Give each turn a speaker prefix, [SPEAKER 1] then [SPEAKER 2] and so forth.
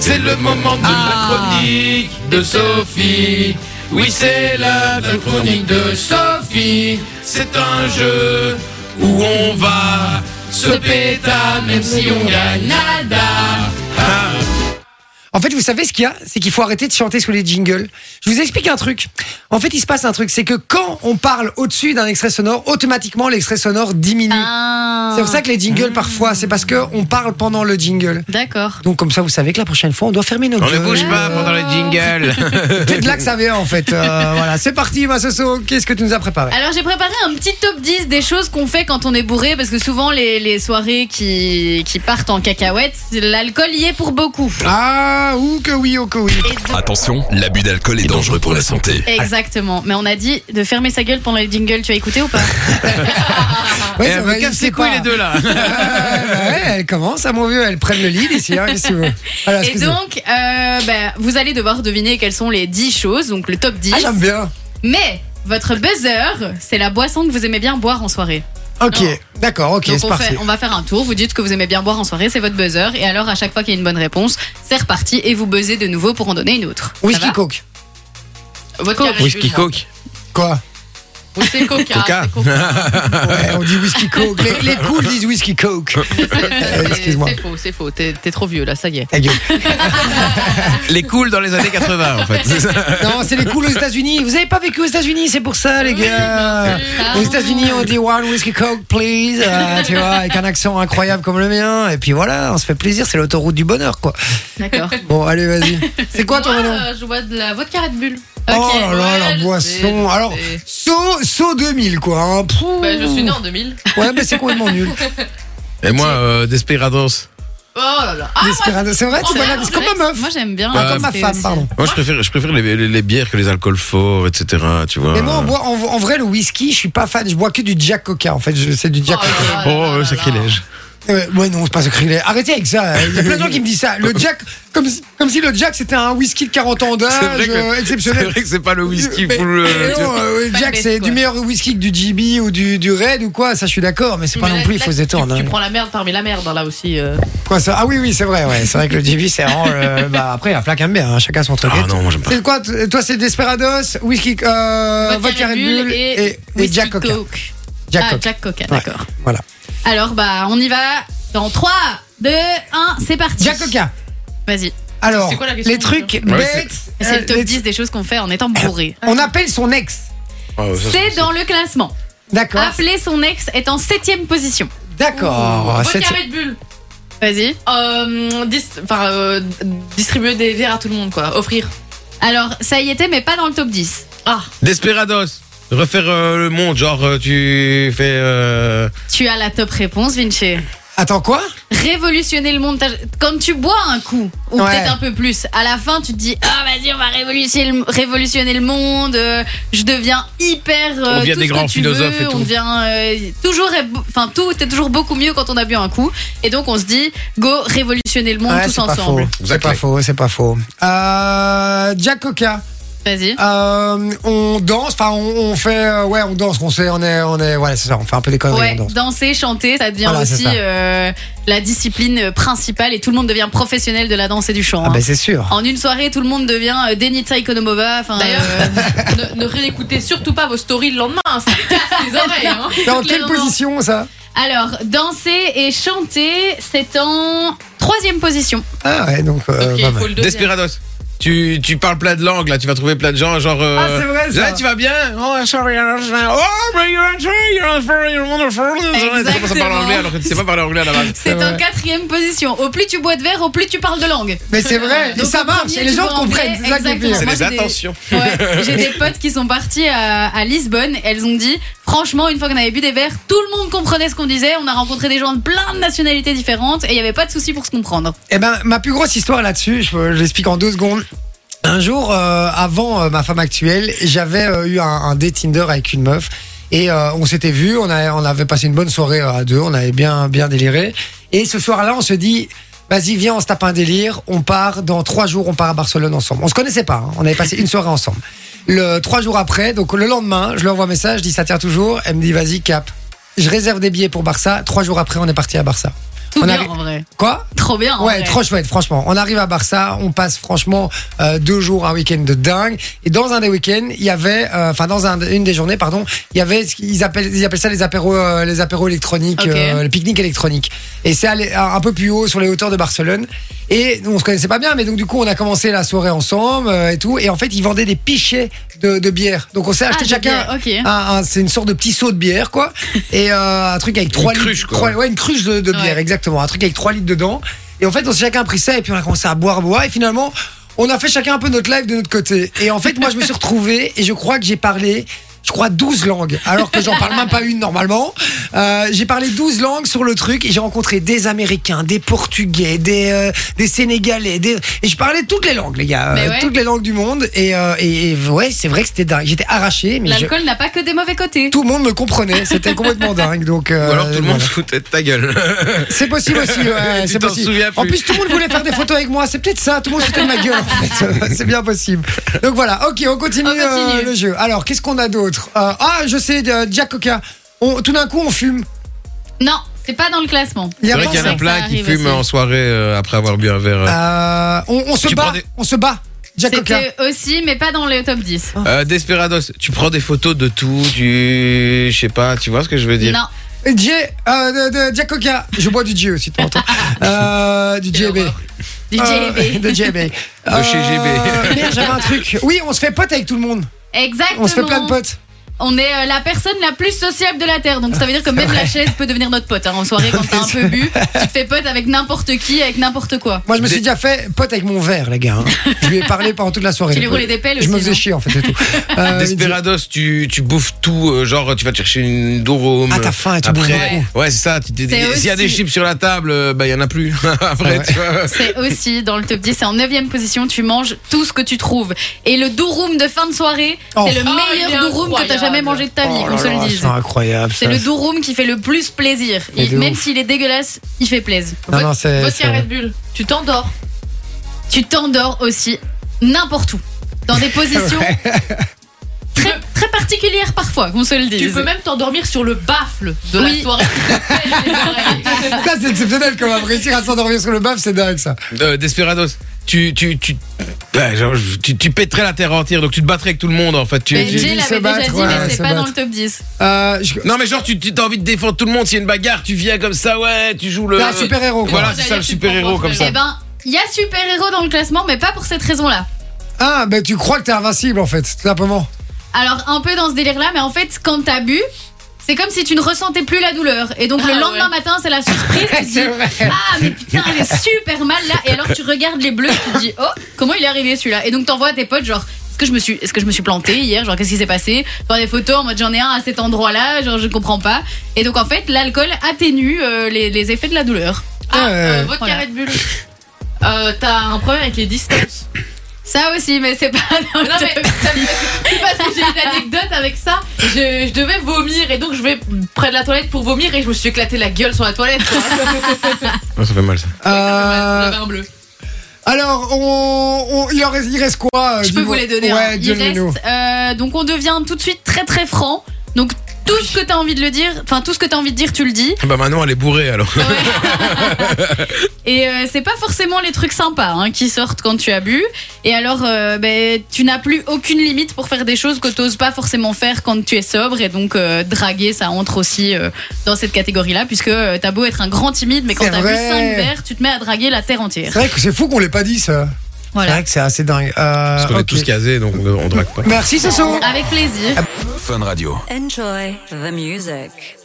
[SPEAKER 1] C'est le moment de la chronique Ah, de Sophie. Oui, c'est la, la chronique de Sophie. C'est un jeu où on va se péta, même si on gagne nada.
[SPEAKER 2] En fait, vous savez ce qu'il y a C'est qu'il faut arrêter de chanter sous les jingles. Je vous explique un truc. En fait, il se passe un truc. C'est que quand on parle au-dessus d'un extrait sonore, automatiquement, l'extrait sonore diminue.
[SPEAKER 3] Ah,
[SPEAKER 2] C'est pour ça que les jingles, parfois, c'est parce qu'on parle pendant le jingle.
[SPEAKER 3] D'accord.
[SPEAKER 2] Donc, comme ça, vous savez que la prochaine fois, on doit fermer nos
[SPEAKER 1] On ne
[SPEAKER 2] gueules.
[SPEAKER 1] bouge pas pendant le jingle.
[SPEAKER 2] C'est de là que ça vient, en fait. Euh, voilà, c'est parti, ma Soso. Qu'est-ce que tu nous as préparé
[SPEAKER 3] Alors j'ai préparé un petit top 10 des choses qu'on fait quand on est bourré parce que souvent les, les soirées qui, qui partent en cacahuètes, l'alcool y est pour beaucoup.
[SPEAKER 2] Ah, ou que oui, ou que oui.
[SPEAKER 3] Et donc-
[SPEAKER 4] Attention, l'abus d'alcool est dangereux pour la santé.
[SPEAKER 3] Exactement, mais on a dit de fermer sa gueule pendant les jingles, tu as écouté ou pas
[SPEAKER 2] Ouais,
[SPEAKER 1] Eh,
[SPEAKER 2] ça
[SPEAKER 1] me
[SPEAKER 2] va, il
[SPEAKER 1] casse
[SPEAKER 2] sait
[SPEAKER 1] les couilles
[SPEAKER 2] pas.
[SPEAKER 1] les deux là.
[SPEAKER 2] Ah, ouais, elle commence, à mon vieux, elle prennent le lead ici, hein, qu'est-ce que tu veux Alors,
[SPEAKER 3] Et
[SPEAKER 2] excusez-moi.
[SPEAKER 3] donc, euh, bah, vous allez devoir deviner quelles sont les 10 choses, donc le top 10.
[SPEAKER 2] Ah, j'aime bien.
[SPEAKER 3] mais votre buzzer, c'est la boisson que vous aimez bien boire en soirée.
[SPEAKER 2] Ok,
[SPEAKER 3] Non.
[SPEAKER 2] d'accord, ok,
[SPEAKER 3] donc
[SPEAKER 2] c'est
[SPEAKER 3] on,
[SPEAKER 2] parti.
[SPEAKER 3] fait- on va faire un tour, vous dites ce que vous aimez bien boire en soirée, c'est votre buzzer, et alors à chaque fois qu'il y a une bonne réponse, c'est reparti et vous buzzez de nouveau pour en donner une autre. Ça
[SPEAKER 2] Whisky
[SPEAKER 3] va
[SPEAKER 2] Coke.
[SPEAKER 3] Votre carré,
[SPEAKER 1] Whisky
[SPEAKER 3] excuse-moi.
[SPEAKER 1] Coke.
[SPEAKER 2] Quoi
[SPEAKER 3] Oui, c'est coca.
[SPEAKER 1] Coca.
[SPEAKER 3] c'est coca.
[SPEAKER 2] Ouais, on dit whisky Coke. Les, les cools disent whisky Coke.
[SPEAKER 5] C'est-
[SPEAKER 2] Excuse-moi.
[SPEAKER 5] C'est faux, c'est faux. T'es t'es trop vieux là, ça y est.
[SPEAKER 2] Ta gueule.
[SPEAKER 1] Les cools dans les années 80 en fait. C'est ça.
[SPEAKER 2] Non, c'est les cools aux États-Unis. Vous avez pas vécu aux États-Unis, c'est pour ça, les gars.
[SPEAKER 3] Ah.
[SPEAKER 2] Aux États-Unis, on dit one whisky Coke, please. Euh, tu vois, avec un accent incroyable comme le mien. Et puis voilà, on se fait plaisir. C'est l'autoroute du bonheur, quoi.
[SPEAKER 3] D'accord. Eh
[SPEAKER 2] Bon, allez, vas-y. C'est quoi ton
[SPEAKER 5] Moi,
[SPEAKER 2] nom
[SPEAKER 5] euh, Je bois de la vodka Red Bull.
[SPEAKER 2] Oh
[SPEAKER 3] ok,
[SPEAKER 2] là là,
[SPEAKER 5] ouais,
[SPEAKER 2] la
[SPEAKER 5] je
[SPEAKER 2] boisson.
[SPEAKER 5] sais,
[SPEAKER 2] Alors,
[SPEAKER 5] je sais.
[SPEAKER 2] saut 2000, quoi. hein. Pouh.
[SPEAKER 5] Bah, je suis né en 2000.
[SPEAKER 2] Ouais, mais c'est complètement nul.
[SPEAKER 1] Et moi, euh, Desperados.
[SPEAKER 5] Oh là là. Ah,
[SPEAKER 2] Desperados. C'est vrai, tu
[SPEAKER 3] C'est
[SPEAKER 2] vois,
[SPEAKER 3] vrai,
[SPEAKER 2] là, c'est comme
[SPEAKER 3] c'est
[SPEAKER 2] ma
[SPEAKER 3] vrai que
[SPEAKER 2] meuf.
[SPEAKER 3] Moi j'aime bien.
[SPEAKER 2] Ah, comme ma
[SPEAKER 3] C'est
[SPEAKER 2] femme,
[SPEAKER 3] aussi-
[SPEAKER 2] pardon.
[SPEAKER 1] Moi, je préfère, je préfère les, les- les bières que les alcools forts, etc. Tu vois.
[SPEAKER 2] Mais moi, on boit- en, en vrai, le whisky, je suis pas fan. Je bois que du Jack Coca, en fait. Je- C'est du Jack Coca.
[SPEAKER 3] Ah
[SPEAKER 5] Oh, là, là,
[SPEAKER 1] Oh,
[SPEAKER 5] là,
[SPEAKER 1] euh,
[SPEAKER 5] là.
[SPEAKER 1] sacrilège.
[SPEAKER 2] Ouais, ouais, non, c'est pas secret. Arrêtez avec ça. Il y a plein de gens qui me disent ça. Le Jack, comme si, comme si le Jack, c'était un whisky de 40 ans
[SPEAKER 1] C'est vrai
[SPEAKER 2] d'âge,
[SPEAKER 1] que-
[SPEAKER 2] euh,
[SPEAKER 1] C'est
[SPEAKER 2] exceptionnel.
[SPEAKER 1] vrai que c'est pas le whisky
[SPEAKER 2] Mais-
[SPEAKER 1] pour le.
[SPEAKER 2] mais non, euh,
[SPEAKER 5] Pas
[SPEAKER 2] Jack,
[SPEAKER 5] le best,
[SPEAKER 2] c'est
[SPEAKER 5] quoi.
[SPEAKER 2] du meilleur whisky que du GB ou du, du Red ou quoi, ça je suis d'accord, mais c'est pas
[SPEAKER 5] Mais
[SPEAKER 2] non
[SPEAKER 5] là,
[SPEAKER 2] plus, il
[SPEAKER 5] là,
[SPEAKER 2] faut se
[SPEAKER 5] tu-
[SPEAKER 2] détendre.
[SPEAKER 5] Tu,
[SPEAKER 2] hein.
[SPEAKER 5] prends la merde parmi la merde
[SPEAKER 3] hein,
[SPEAKER 5] là aussi. euh.
[SPEAKER 2] Quoi, ça ah oui, oui, c'est vrai, ouais. c'est vrai que le GB, c'est vraiment. euh, bah, après, un flaque aime bien, hein, chacun son truc.
[SPEAKER 1] Ah non, moi j'aime pas.
[SPEAKER 2] C'est quoi t- Toi, c'est Desperados, whisky, euh, vodka Red Bull et, et
[SPEAKER 3] Whisky
[SPEAKER 2] Jack Coca.
[SPEAKER 3] Coke.
[SPEAKER 2] Jack
[SPEAKER 3] ah,
[SPEAKER 2] Coca.
[SPEAKER 3] Jack Coca,
[SPEAKER 2] Ouais.
[SPEAKER 3] d'accord.
[SPEAKER 2] Voilà.
[SPEAKER 3] Alors bah on y va dans 3, 2, 1, c'est parti.
[SPEAKER 2] Jack Coca.
[SPEAKER 3] Vas-y.
[SPEAKER 2] Alors,
[SPEAKER 5] C'est quoi la question,
[SPEAKER 2] les trucs
[SPEAKER 1] Ouais,
[SPEAKER 2] bêtes.
[SPEAKER 3] C'est le
[SPEAKER 2] euh,
[SPEAKER 3] top
[SPEAKER 2] les-
[SPEAKER 3] 10 des choses qu'on fait en étant bourré.
[SPEAKER 2] On appelle son ex.
[SPEAKER 1] Oh, ça,
[SPEAKER 3] C'est dans le classement.
[SPEAKER 2] D'accord.
[SPEAKER 3] Appeler son ex est en 7 position.
[SPEAKER 2] D'accord.
[SPEAKER 5] vodka
[SPEAKER 2] Cette-
[SPEAKER 5] Red Bull.
[SPEAKER 3] Vas-y.
[SPEAKER 5] Euh, dis- enfin, euh, distribuer des verres à tout le monde quoi. Offrir.
[SPEAKER 3] Alors ça y était mais pas dans le top 10.
[SPEAKER 5] Ah,
[SPEAKER 1] Desperados. Refaire euh, le monde, genre euh, tu fais. euh,
[SPEAKER 3] Tu as la top réponse Vinci.
[SPEAKER 2] Attends, quoi
[SPEAKER 3] révolutionner le monde. T'as- Quand tu bois un coup, ou
[SPEAKER 2] Ouais.
[SPEAKER 3] peut-être un peu plus, à la fin, tu te dis Ah, vas-y, on va révolutionner le, révolutionner le monde. euh, je deviens hyper. euh,
[SPEAKER 1] On devient
[SPEAKER 3] tout
[SPEAKER 1] des
[SPEAKER 3] ce que
[SPEAKER 1] grands
[SPEAKER 3] tu
[SPEAKER 1] philosophes
[SPEAKER 3] veux,
[SPEAKER 1] et tout.
[SPEAKER 3] On devient. euh, toujours. est beau- Enfin, tout est toujours beaucoup mieux quand on a bu un coup. Et donc, on se dit Go révolutionner le monde
[SPEAKER 2] Ouais,
[SPEAKER 3] tous
[SPEAKER 2] c'est pas
[SPEAKER 3] ensemble.
[SPEAKER 2] faux. C'est pas faux, c'est pas faux. Euh, Jack Coca.
[SPEAKER 3] Vas-y.
[SPEAKER 2] Euh, on danse, enfin on, on fait, euh, ouais, on danse, on sait, on est, on est, voilà, c'est ça, on fait un peu des conneries,
[SPEAKER 3] Ouais,
[SPEAKER 2] on danse.
[SPEAKER 3] danser, chanter, ça devient
[SPEAKER 2] Voilà, c'est
[SPEAKER 3] aussi
[SPEAKER 2] ça.
[SPEAKER 3] euh, la discipline principale et tout le monde devient professionnel de la danse et du chant.
[SPEAKER 2] Ah
[SPEAKER 3] hein.
[SPEAKER 2] ben c'est sûr.
[SPEAKER 3] En une soirée, tout le monde devient euh, Denitsa Ikonomova. enfin,
[SPEAKER 5] D'ailleurs,
[SPEAKER 3] euh,
[SPEAKER 5] ne, ne réécoutez surtout pas vos stories le lendemain, hein, ça casse les oreilles. hein.
[SPEAKER 2] C'est en quelle
[SPEAKER 3] clairement.
[SPEAKER 2] position ça
[SPEAKER 3] Alors, danser et chanter, c'est en troisième position.
[SPEAKER 2] Ah ouais, donc euh,
[SPEAKER 5] Ok,
[SPEAKER 2] pas mal.
[SPEAKER 5] faut le donner.
[SPEAKER 1] Desperados. Tu, tu parles plein de langues là, tu vas trouver plein de gens genre. euh,
[SPEAKER 2] Ah, c'est vrai, ça.
[SPEAKER 1] Là, tu vas bien. Oh, sorry, I'm not- oh, but you're a tree, you're a fur, you're wonderful. Tu commences à parler
[SPEAKER 3] Exactement.
[SPEAKER 1] anglais alors que tu sais pas parler anglais à la base.
[SPEAKER 3] C'est en quatrième position. Au plus tu bois de verre, au plus tu parles de langue.
[SPEAKER 2] Mais c'est vrai,
[SPEAKER 3] Donc,
[SPEAKER 2] ça
[SPEAKER 3] au
[SPEAKER 2] marche,
[SPEAKER 3] premier,
[SPEAKER 2] et les
[SPEAKER 3] tu
[SPEAKER 2] gens
[SPEAKER 3] vas en
[SPEAKER 2] comprennent, c'est
[SPEAKER 3] anglais,
[SPEAKER 2] ça qui est pire.
[SPEAKER 1] C'est
[SPEAKER 3] exactement. moi,
[SPEAKER 1] les
[SPEAKER 3] j'ai des-
[SPEAKER 1] attentions.
[SPEAKER 3] Ouais, J'ai des potes qui sont partis à, à Lisbonne. Elles ont dit, franchement, une fois qu'on avait bu des verres, tout le monde comprenait ce qu'on disait. On a rencontré des gens de plein de nationalités différentes et il n'y avait pas de souci pour se comprendre.
[SPEAKER 2] Eh ben, ma plus grosse histoire là-dessus, je, peux- je l'explique en deux secondes. Un jour, euh, avant euh, ma femme actuelle, j'avais euh, eu un, un date Tinder avec une meuf. Et euh, on s'était vu, on, a- on avait passé une bonne soirée euh, à deux, on avait bien, bien déliré. Et ce soir-là, on se dit, vas-y, viens, on se tape un délire, on part, dans trois jours, on part à Barcelone ensemble. On se connaissait pas, hein, on avait passé une soirée ensemble. Le, trois jours après, donc le lendemain, je lui envoie un message, je dis, ça tient toujours, elle me dit, vas-y, cap. Je réserve des billets pour Barça, trois jours après, on est parti à Barça.
[SPEAKER 3] Tout
[SPEAKER 2] On
[SPEAKER 3] bien
[SPEAKER 2] arrive-
[SPEAKER 3] en vrai.
[SPEAKER 2] Quoi
[SPEAKER 3] Trop bien. en
[SPEAKER 2] Ouais,
[SPEAKER 3] vrai.
[SPEAKER 2] trop chouette, franchement. On arrive à Barça, on passe franchement euh, deux jours, un week-end de dingue. Et dans un des week-ends, il y avait, euh, enfin dans un- une des journées, pardon, il y avait, ce qu'ils appellent, ils appellent ça les apéros, euh, les apéros électroniques,
[SPEAKER 3] Ok.
[SPEAKER 2] euh, le pique-nique électronique. Et c'est allé- un peu plus haut sur les hauteurs de Barcelone. Et nous, on se connaissait pas bien, mais donc du coup, on a commencé la soirée ensemble euh, et tout. Et en fait, ils vendaient des pichets de, de bière. Donc on s'est acheté
[SPEAKER 3] Ah, de
[SPEAKER 2] chacun.
[SPEAKER 3] bière, ok.
[SPEAKER 2] un- un- c'est une sorte de petit seau de bière, quoi. Et euh, un truc avec trois litres.
[SPEAKER 1] cruche, quoi.
[SPEAKER 2] trois- ouais, une cruche de, de
[SPEAKER 3] Ouais.
[SPEAKER 2] bière, exactement. Un truc avec 3 litres dedans. Et en fait, on s'est chacun pris ça et puis on a commencé à boire, boire. Et finalement, on a fait chacun un peu notre live de notre côté. Et en fait, moi, je me suis retrouvé et je crois que j'ai parlé. Je crois 12 langues, alors que j'en parle même pas une normalement. Euh, j'ai parlé 12 langues sur le truc et j'ai rencontré des Américains, des Portugais, des, euh, des Sénégalais. Des... Et je parlais toutes les langues, les gars.
[SPEAKER 3] Mais
[SPEAKER 2] euh,
[SPEAKER 3] ouais.
[SPEAKER 2] Toutes les langues du monde. Et, euh, et, et ouais, c'est vrai que c'était dingue. J'étais arraché, mais je-
[SPEAKER 3] L'alcool n'a pas que des mauvais côtés.
[SPEAKER 2] tout le monde me comprenait. C'était complètement dingue. Donc, euh,
[SPEAKER 1] Ou alors tout le monde
[SPEAKER 2] voilà.
[SPEAKER 1] se foutait de ta gueule.
[SPEAKER 2] C'est possible aussi, ouais,
[SPEAKER 1] Tu
[SPEAKER 2] c'est
[SPEAKER 1] t'en
[SPEAKER 2] possible.
[SPEAKER 1] souviens plus.
[SPEAKER 2] En plus, tout le monde voulait faire des photos avec moi, c'est peut-être ça, tout le monde se foutait de ma gueule. En fait. C'est bien possible. Donc voilà, ok, on continue,
[SPEAKER 3] On continue.
[SPEAKER 2] euh, le jeu. Alors, qu'est-ce qu'on a d'autre Euh, Ah, je sais, euh, Jack Coca. On- tout d'un coup, on fume.
[SPEAKER 3] Non, c'est pas dans le classement.
[SPEAKER 2] Il y
[SPEAKER 1] C'est
[SPEAKER 2] a
[SPEAKER 1] vrai
[SPEAKER 2] pas
[SPEAKER 1] qu'il y en a
[SPEAKER 5] ça
[SPEAKER 1] plein qui
[SPEAKER 5] arrive
[SPEAKER 1] fument
[SPEAKER 5] aussi.
[SPEAKER 1] en soirée euh, après avoir bu un verre. euh.
[SPEAKER 2] ça. Euh, on, on se
[SPEAKER 1] Tu
[SPEAKER 2] bat,
[SPEAKER 1] prends des-
[SPEAKER 2] on se bat. Jack Coca.
[SPEAKER 3] C'était aussi, mais pas dans le top 10.
[SPEAKER 1] Euh, Desperados, tu prends des photos de tout, tu. Je sais pas, tu vois ce que je veux dire
[SPEAKER 3] Non,
[SPEAKER 2] Jay, euh, de- de- Jack Coca. Je bois du Jay aussi, de temps en temps. Euh, du
[SPEAKER 5] Quelle
[SPEAKER 2] JB.
[SPEAKER 5] horreur.
[SPEAKER 3] du
[SPEAKER 2] Euh,
[SPEAKER 3] JB.
[SPEAKER 2] de JB.
[SPEAKER 1] De chez JB.
[SPEAKER 2] Euh, merde, j'avais un truc. Oui, on se fait pote avec tout le monde.
[SPEAKER 3] Exactement.
[SPEAKER 2] On se fait plein de potes.
[SPEAKER 3] On est euh, la personne la plus sociable de la Terre. Donc ça veut dire que même la chaise peut devenir notre pote. hein. En soirée, quand t'as un peu bu, tu te fais pote avec n'importe qui, avec n'importe quoi.
[SPEAKER 2] Moi, je me
[SPEAKER 1] Des-
[SPEAKER 2] suis déjà fait pote avec mon verre, les gars. hein. Je lui ai parlé pendant toute la soirée.
[SPEAKER 3] Tu lui roulais des pelles
[SPEAKER 2] Je
[SPEAKER 3] aussi. hein.
[SPEAKER 2] me faisais
[SPEAKER 3] non
[SPEAKER 2] chier, en fait, c'est tout. Euh,
[SPEAKER 1] Desperados, tu, tu bouffes tout, euh, genre tu vas te chercher une Dorum.
[SPEAKER 2] Ah, t'as faim et tu bois
[SPEAKER 1] Après,
[SPEAKER 2] beaucoup.
[SPEAKER 1] ouais, c'est ça. tu t'es dit,
[SPEAKER 3] C'est
[SPEAKER 1] S'il y a
[SPEAKER 3] aussi-
[SPEAKER 1] des chips sur la table, euh, bah il y en a plus. Après,
[SPEAKER 2] Ah ouais.
[SPEAKER 1] tu vois.
[SPEAKER 3] C'est aussi dans le top 10, c'est en 9 position, tu manges tout ce que tu trouves. Et le durum de fin de soirée,
[SPEAKER 2] Oh.
[SPEAKER 3] c'est le
[SPEAKER 5] Oh, il est
[SPEAKER 3] meilleur durum que t'as
[SPEAKER 5] incroyable.
[SPEAKER 3] jamais mangé de ta vie,
[SPEAKER 2] Oh
[SPEAKER 3] qu'on
[SPEAKER 2] là
[SPEAKER 3] se
[SPEAKER 2] là,
[SPEAKER 3] le dise.
[SPEAKER 2] C'est incroyable.
[SPEAKER 3] C'est
[SPEAKER 2] ça.
[SPEAKER 3] le durum qui fait le plus plaisir.
[SPEAKER 2] Mais
[SPEAKER 3] Il-
[SPEAKER 2] de
[SPEAKER 3] même
[SPEAKER 2] ouf. Ah
[SPEAKER 3] s'il est dégueulasse, il fait plaisir.
[SPEAKER 2] Non, non, c'est. c'est-
[SPEAKER 5] Vodka Red Bull, tu t'endors.
[SPEAKER 3] Tu t'endors aussi n'importe où, dans des positions très, très particulières parfois, qu'on se le dise.
[SPEAKER 5] Tu peux même t'endormir sur le baffle de
[SPEAKER 3] Oui.
[SPEAKER 5] la soirée. Les oreilles.
[SPEAKER 2] Ça, c'est exceptionnel comme après. Réussir à s'endormir sur le baf, c'est dingue, ça.
[SPEAKER 1] Euh, Desperados, tu. tu, tu... bah, genre, tu, tu pèterais la terre entière, donc tu te battrais avec tout le monde en fait. Tu,
[SPEAKER 3] Mais
[SPEAKER 1] tu-
[SPEAKER 2] Jay-
[SPEAKER 3] Jay
[SPEAKER 2] dit se
[SPEAKER 3] l'avait déjà
[SPEAKER 2] battre,
[SPEAKER 3] dit,
[SPEAKER 2] ouais,
[SPEAKER 3] mais
[SPEAKER 2] se
[SPEAKER 3] c'est pas dans
[SPEAKER 2] battre.
[SPEAKER 3] le top 10.
[SPEAKER 2] Euh, je-
[SPEAKER 1] Non mais genre tu tu- t'as envie de défendre tout le monde. S'il y a une bagarre, tu viens comme ça, ouais, tu joues le.
[SPEAKER 2] T'es un super-héros, quoi.
[SPEAKER 1] Euh, Voilà, c'est ça le super héros comme ça.
[SPEAKER 3] Eh ben, il y a super héros dans le classement, mais pas pour cette raison-là.
[SPEAKER 2] Ah, ben tu crois que t'es invincible, en fait, tout simplement.
[SPEAKER 3] Alors, un peu dans ce délire-là, mais en fait, quand t'as bu, c'est comme si tu ne ressentais plus la douleur. Et donc, le
[SPEAKER 5] Ah,
[SPEAKER 3] lendemain
[SPEAKER 5] ouais.
[SPEAKER 3] matin, c'est la surprise. Tu te dis,
[SPEAKER 2] Euh,
[SPEAKER 3] ah, mais putain, j'ai super mal là. Et alors, tu regardes les bleus, tu te dis, oh, comment il est arrivé celui-là Et donc, t'envoies à tes potes, genre. Est-ce que, je me suis, est-ce que je me suis planté hier Genre, qu'est-ce qui s'est passé Dans des photos en mode j'en ai un à cet endroit-là, genre je comprends pas. Et donc, en fait, l'alcool atténue euh, les, les effets de la douleur.
[SPEAKER 5] Ah,
[SPEAKER 2] Ouais.
[SPEAKER 5] euh, vodka
[SPEAKER 3] Voilà.
[SPEAKER 5] Red Bull. Euh, T'as un problème avec les distances.
[SPEAKER 3] Ça aussi, mais c'est pas. dans le
[SPEAKER 5] Non mais
[SPEAKER 3] top.
[SPEAKER 5] ça me- c'est parce que j'ai une anecdote avec ça. Je, je devais vomir et donc je vais près de la toilette pour vomir et je me suis éclaté la gueule sur la toilette. quoi.
[SPEAKER 1] Ouais, ça fait mal ça.
[SPEAKER 2] Euh,
[SPEAKER 5] J'avais un bleu.
[SPEAKER 2] alors, on, on- il, en reste, il reste quoi euh,
[SPEAKER 3] Je peux
[SPEAKER 2] dis-moi.
[SPEAKER 3] vous les donner. hein.
[SPEAKER 2] Ouais,
[SPEAKER 3] Il reste,
[SPEAKER 2] donne-le-nous.
[SPEAKER 3] euh, donc on devient tout de suite très très franc. Donc tout ce que t'as envie de le dire, enfin tout ce que t'as envie de dire, tu le dis.
[SPEAKER 1] Bah maintenant elle est bourrée alors.
[SPEAKER 3] Et euh, c'est pas forcément les trucs sympas hein, qui sortent quand tu as bu. Et alors, euh, ben, tu n'as plus aucune limite pour faire des choses que t'oses pas forcément faire quand tu es sobre. Et donc euh, draguer, ça entre aussi euh, dans cette catégorie-là, puisque euh, t'as beau être un grand timide, mais quand
[SPEAKER 2] C'est
[SPEAKER 3] t'as bu
[SPEAKER 2] vrai.
[SPEAKER 3] 5 verres, tu te mets à draguer la terre entière.
[SPEAKER 2] C'est vrai que c'est fou qu'on l'ait pas dit, ça. C'est
[SPEAKER 3] Voilà.
[SPEAKER 2] vrai que c'est assez dingue. Euh,
[SPEAKER 1] Parce qu'on
[SPEAKER 2] ok.
[SPEAKER 1] est tous casés, donc on, on drague pas.
[SPEAKER 2] Merci, Soso.
[SPEAKER 3] Avec plaisir.
[SPEAKER 4] Fun Radio.
[SPEAKER 6] Enjoy the music.